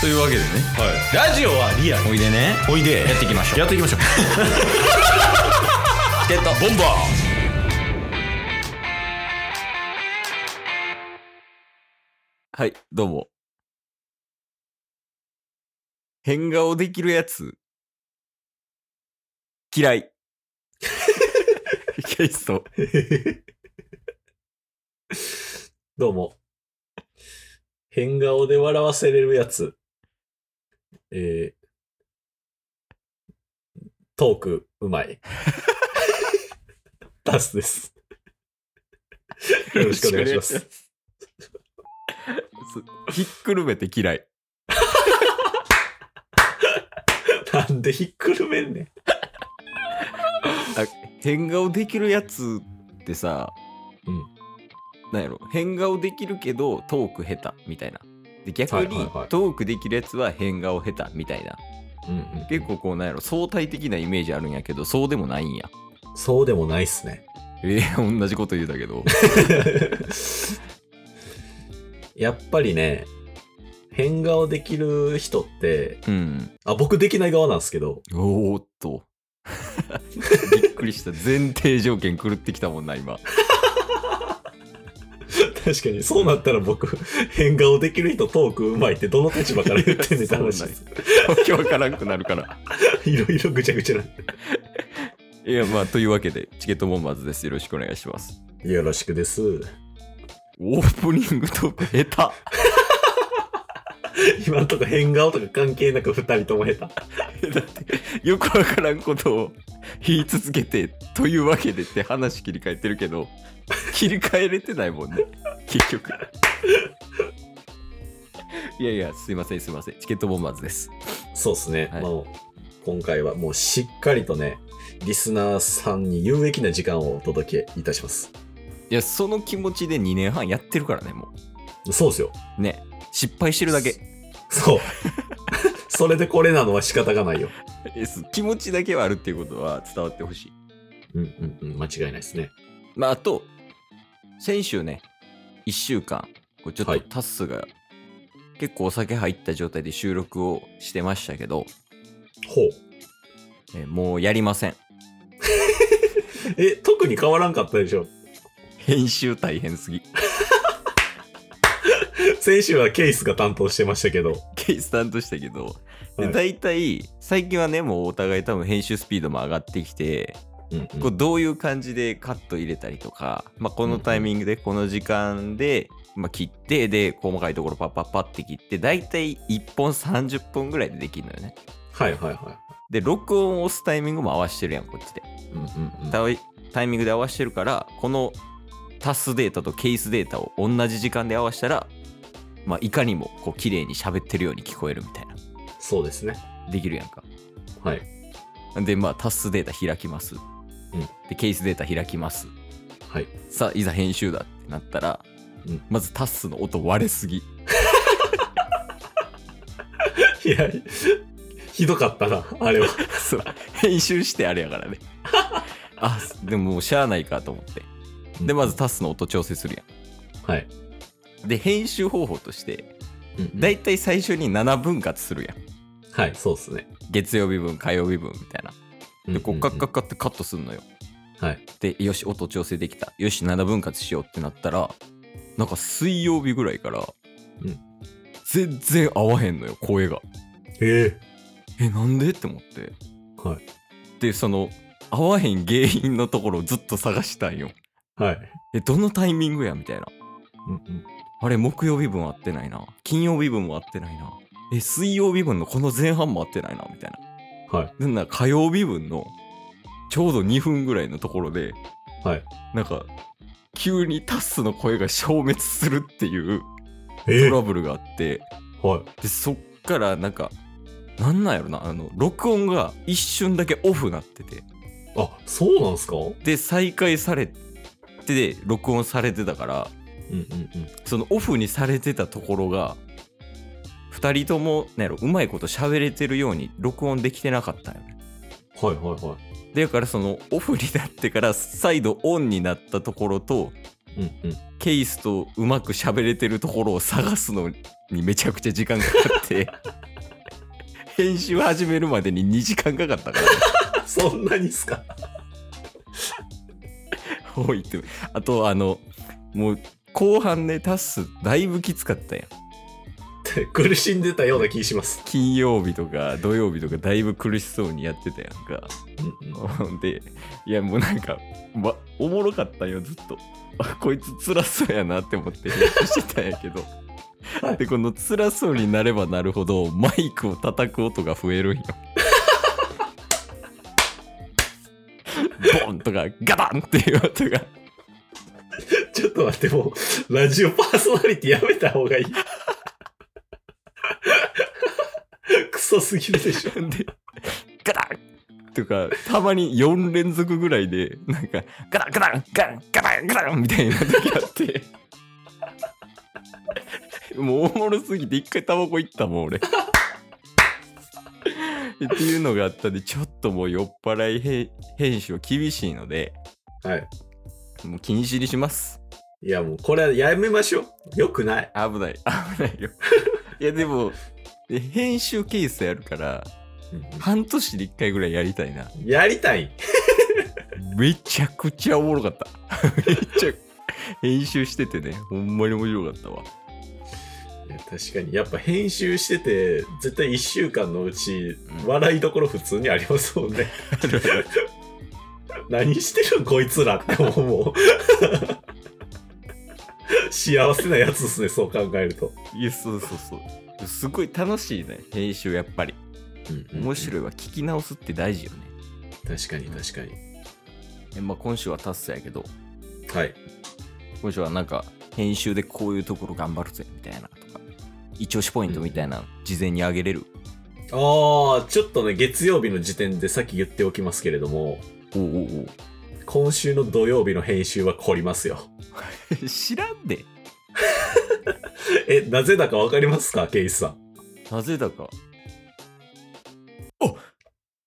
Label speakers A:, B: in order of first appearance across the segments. A: というわけでね
B: ラジオはリアル
A: おいでね
B: おいで
A: やっていきましょう
B: やっていき ましょう
A: チケットボンバーはいどうも変顔できるやつ嫌 いケイスト
B: どうも。変顔で笑わせれるやつ。えートークうまい。タスです。よろしくお願いします。
A: すひっくるめて嫌い
B: なんでひっくるめんねん。
A: 変顔できるやつってさ、
B: うん
A: なんやろ変顔できるけどトーク下手みたいなで逆に、
B: はいはいはい
A: トークできるやつは変顔下手みたいな
B: うんうん、
A: 結構こうなんやろ相対的なイメージあるんやけどそうでもないんや
B: そうでもないっすね。
A: えー、同じこと言うたけど
B: やっぱりね、変顔できる人って、
A: うん
B: あ、僕できない側なんですけど、
A: おーっと びっくりした前提条件狂ってきたもんな今
B: 確かにそうなったら僕変顔できる人トークうまいってどの立場から言ってんねんって話です
A: わけわからんくなるから
B: いろいろぐちゃぐちゃなん
A: いやまあというわけでチケットボンバーズですよろしくお願いします
B: でよろしくです
A: オープニングトーク下
B: 今んとこ変顔とか関係なく2人とも下
A: 手だってよくわからんことを 言い続けてというわけでって話切り替えてるけど切り替えれてないもんね結局いやいやすいませんすいませんチケットボンバーズです
B: 手そうっすね、
A: はい
B: もう今回はもうしっかりとねリスナーさんに有益な時間をお届けいたします
A: いやその気持ちで2年半やってるからねも
B: そうっすよ
A: うね失敗してるだけ
B: そう それでこれなのは仕方がないよ
A: えす気持ちだけはあるっていうことは伝わってほしい
B: うんうんうん間違いないですね
A: まああと先週ね1週間こうちょっ
B: は
A: と
B: い
A: タッスが結構お酒入った状態で収録をしてましたけど、
B: ほう
A: えーもうやりません
B: え特に変わらんかったでしょ
A: 編集大変すぎ
B: 先週はケースが担当してましたけど
A: ケース担当したけど、
B: は
A: で
B: い
A: 大体最近はねもうお互い多分編集スピードも上がってきて、
B: うんうん
A: こうどういう感じでカット入れたりとか、まあ、このタイミングでこの時間で、まあ、切ってで細かいところパッパッパって切って大体1本30分ぐらいでできるのよね
B: はいはいは
A: で録音を押すタイミングも合わしてるやんこっちで
B: い。うんうん
A: タイタイミングで合わしてるからこのタスデータとケースデータを同じ時間で合わしたら、まあ、いかにもこう綺麗に喋ってるように聞こえるみたいな
B: そうですね。
A: できるやんか
B: はい。
A: でまあタスデータ開きます、でケースデータ開きます
B: はい。
A: さあいざ編集だってなったら、
B: うん
A: まずタスの音割れすぎ
B: いや、ひどかったな、あれは。
A: そう編集してあれやから ねあでももうしゃあないかと思ってでまずタスの音調整するや
B: はい。
A: んで編集方法として
B: うん
A: だいたい最初に7分割するやん
B: はい、そうですね。
A: 月曜日分火曜日分みたいなでこうカッカッカってカットすんのよ
B: はい。
A: でよし音調整できたよし7分割しようってなったらなんか水曜日ぐらいから、
B: うん
A: 全然合わへんのよ声が
B: え
A: えなんでって思って
B: えはい。
A: でその合わへん原因のところをずっと探したんよ
B: はい。
A: えどのタイミングやみたいな
B: うんうん
A: あれ木曜日分合ってないな金曜日分も合ってないなえ水曜日分のこの前半も合ってないなみたいな
B: はい。
A: でなんか火曜日分のちょうど2分ぐらいのところで
B: はい。
A: なんか急にタッスの声が消滅するっていう
B: え
A: ト
B: え
A: ラブルがあって
B: はい。
A: でそっからなんかなんなんやろなあの録音が一瞬だけオフなってて
B: あ、そうなんすかうん
A: で再開されてで録音されてたから
B: うんうん。
A: そのオフにされてたところが2人ともなんやろうまいこと喋れてるように録音できてなかったんよね
B: はいはいはい。
A: だからそのオフになってから再度オンになったところと
B: うんうん。
A: ケースとうまく喋れてるところを探すのにめちゃくちゃ時間かかって編集始めるまでに2時間かかったから
B: そんなにっすか
A: 多いってあとあのもう後半ねタスだいぶきつかったやん
B: って 苦しんでたような気します。
A: 金曜日とか土曜日とかだいぶ苦しそうにやってたやんか
B: うん うん
A: ほん でいやもうなんか、ま、おもろかったんよずっと あこいつ辛そうやなって思って編集してたんやけど
B: はい
A: でこの辛そうになればなるほどマイクを叩く音が増える んよボンとかガタンっていう音が
B: ちょっと待って、もう、ラジオパーソナリティやめた方がいい。 クソすぎるでしょ。
A: で、ガタンとか、たまに4連続ぐらいで、なんか、ガタンガタンガンガタンガタンみたいな時あって。もうおもろすぎて一回タバコ行ったもん俺っていうのがあったんでちょっともう酔っ払いへ編集は厳しいので
B: はい。
A: もう禁止にします
B: いや、もう、これはやめましょう。よくない。
A: 危ない危ないよいやでもで編集ケースやるから半年で1回ぐらいやりたいな
B: やりたい。
A: めちゃくちゃおもろかった。めっちゃ編集しててね、ほんまに面白か ったわ。
B: いや確かに。やっぱ編集してて、絶対1週間のうち
A: う、ん
B: 笑いどころ普通にありますもんね。 何してるんこいつらって思うもん。 幸せなやつですね、そう考えると。
A: いや、そうそうそう。すごい楽しいね、編集やっぱり。面白いわ、聞き直すって大事よね。
B: 確かに確かに。
A: えまあ、今週はタッスやけど、
B: はい。
A: 今週はなんか、編集でこういうところ頑張るぜ、みたいなとか、一押しポイントみたいな、事前にあげれる。
B: ああ、ちょっとね、月曜日の時点でさっき言っておきますけれども、
A: おうおう
B: 今週の土曜日の編集は凝りますよ。
A: おう 知らんで。
B: え、なぜだかわかりますかケイスさん。
A: なぜだか。お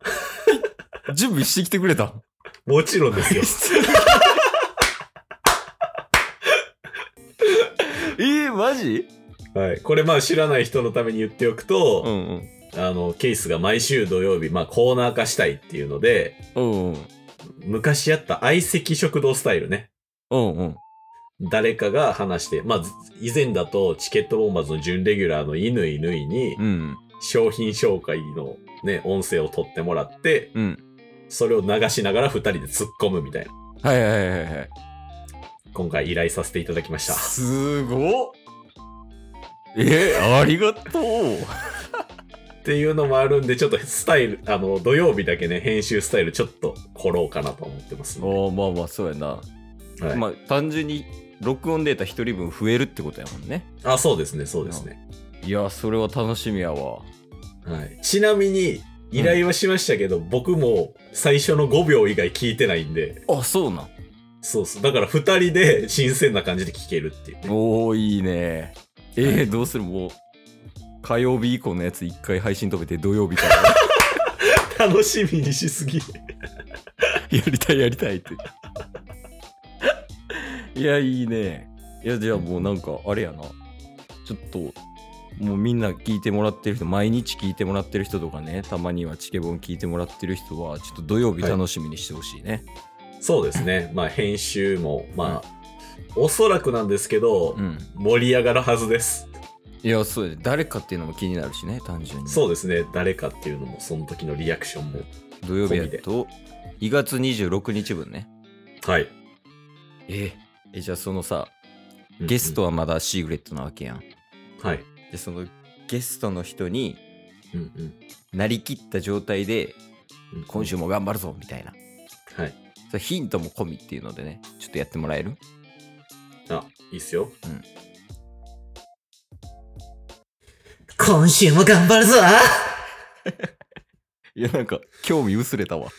A: 準備してきてくれた。
B: もちろん ですよ。
A: えー、マジ
B: はい。これまあ知らない人のために言っておくと、
A: んうん。
B: あの、ケイスが毎週土曜日、まあコーナー化したいっていうので、
A: うんうん。
B: 昔やった相席食堂スタイルね。
A: うんうん。
B: 誰かが話して、まあ、ず以前だとチケットボンバーズの準レギュラーの犬犬に
A: う、ん
B: 商品紹介のね、音声を取ってもらって、
A: うん。
B: それを流しながら二人で突っ込むみたいな。
A: はいはいはいはい。
B: 今回依頼させていただきました。
A: すごっえありが とう
B: っていうのもあるんで、ちょっとスタイル、あの、土曜日だけね、編集スタイルちょっと凝ろうかなと思ってます、ね。
A: ああまあまあそうやな。
B: はい
A: まあ単純に録音データ一人分増えるってことやもんね。
B: あ、そうですね、そうですね。
A: いや、それは楽しみやわ。
B: はい。ちなみに、依頼はしましたけど、僕も最初の5秒以外聞いてないんで、
A: あ、そうなん。
B: そうそう。だから二人で新鮮な感じで聞けるっていうね。
A: おー、いいね。えー
B: は
A: どうするもう、火曜日以降のやつ一回配信止めて土曜日から
B: 楽しみにしすぎ。
A: やりたいやりたいって。いや、いいね。いや、じゃあもうなんか、あれやな。ちょっと、もうみんな聞いてもらってる人、毎日聞いてもらってる人とかね、たまにはチケボン聞いてもらってる人は、ちょっと土曜日
B: はい
A: 楽しみにしてほしいね。
B: そうですね。まあ編集も、まあ、おそらくなんですけど、
A: うん。
B: 盛り上がるはずです。
A: いや、そうやね。誰かっていうのも気になるしね、単純に。
B: そうですね。誰かっていうのも、その時のリアクションも。
A: 土曜日やと、2月26日分ね。
B: はい。
A: ええじゃあそのさゲストはまだシーグレットなわけやん、
B: うん。はい。
A: でそのゲストの人に
B: うんうん
A: なりきった状態で
B: うん。
A: 今週も頑張るぞみたいな
B: はい。
A: それヒントも込みっていうのでねちょっとやってもらえる
B: あ、いいっすよ。
A: うん
B: 今週も頑張るぞ
A: いやなんか興味薄れたわ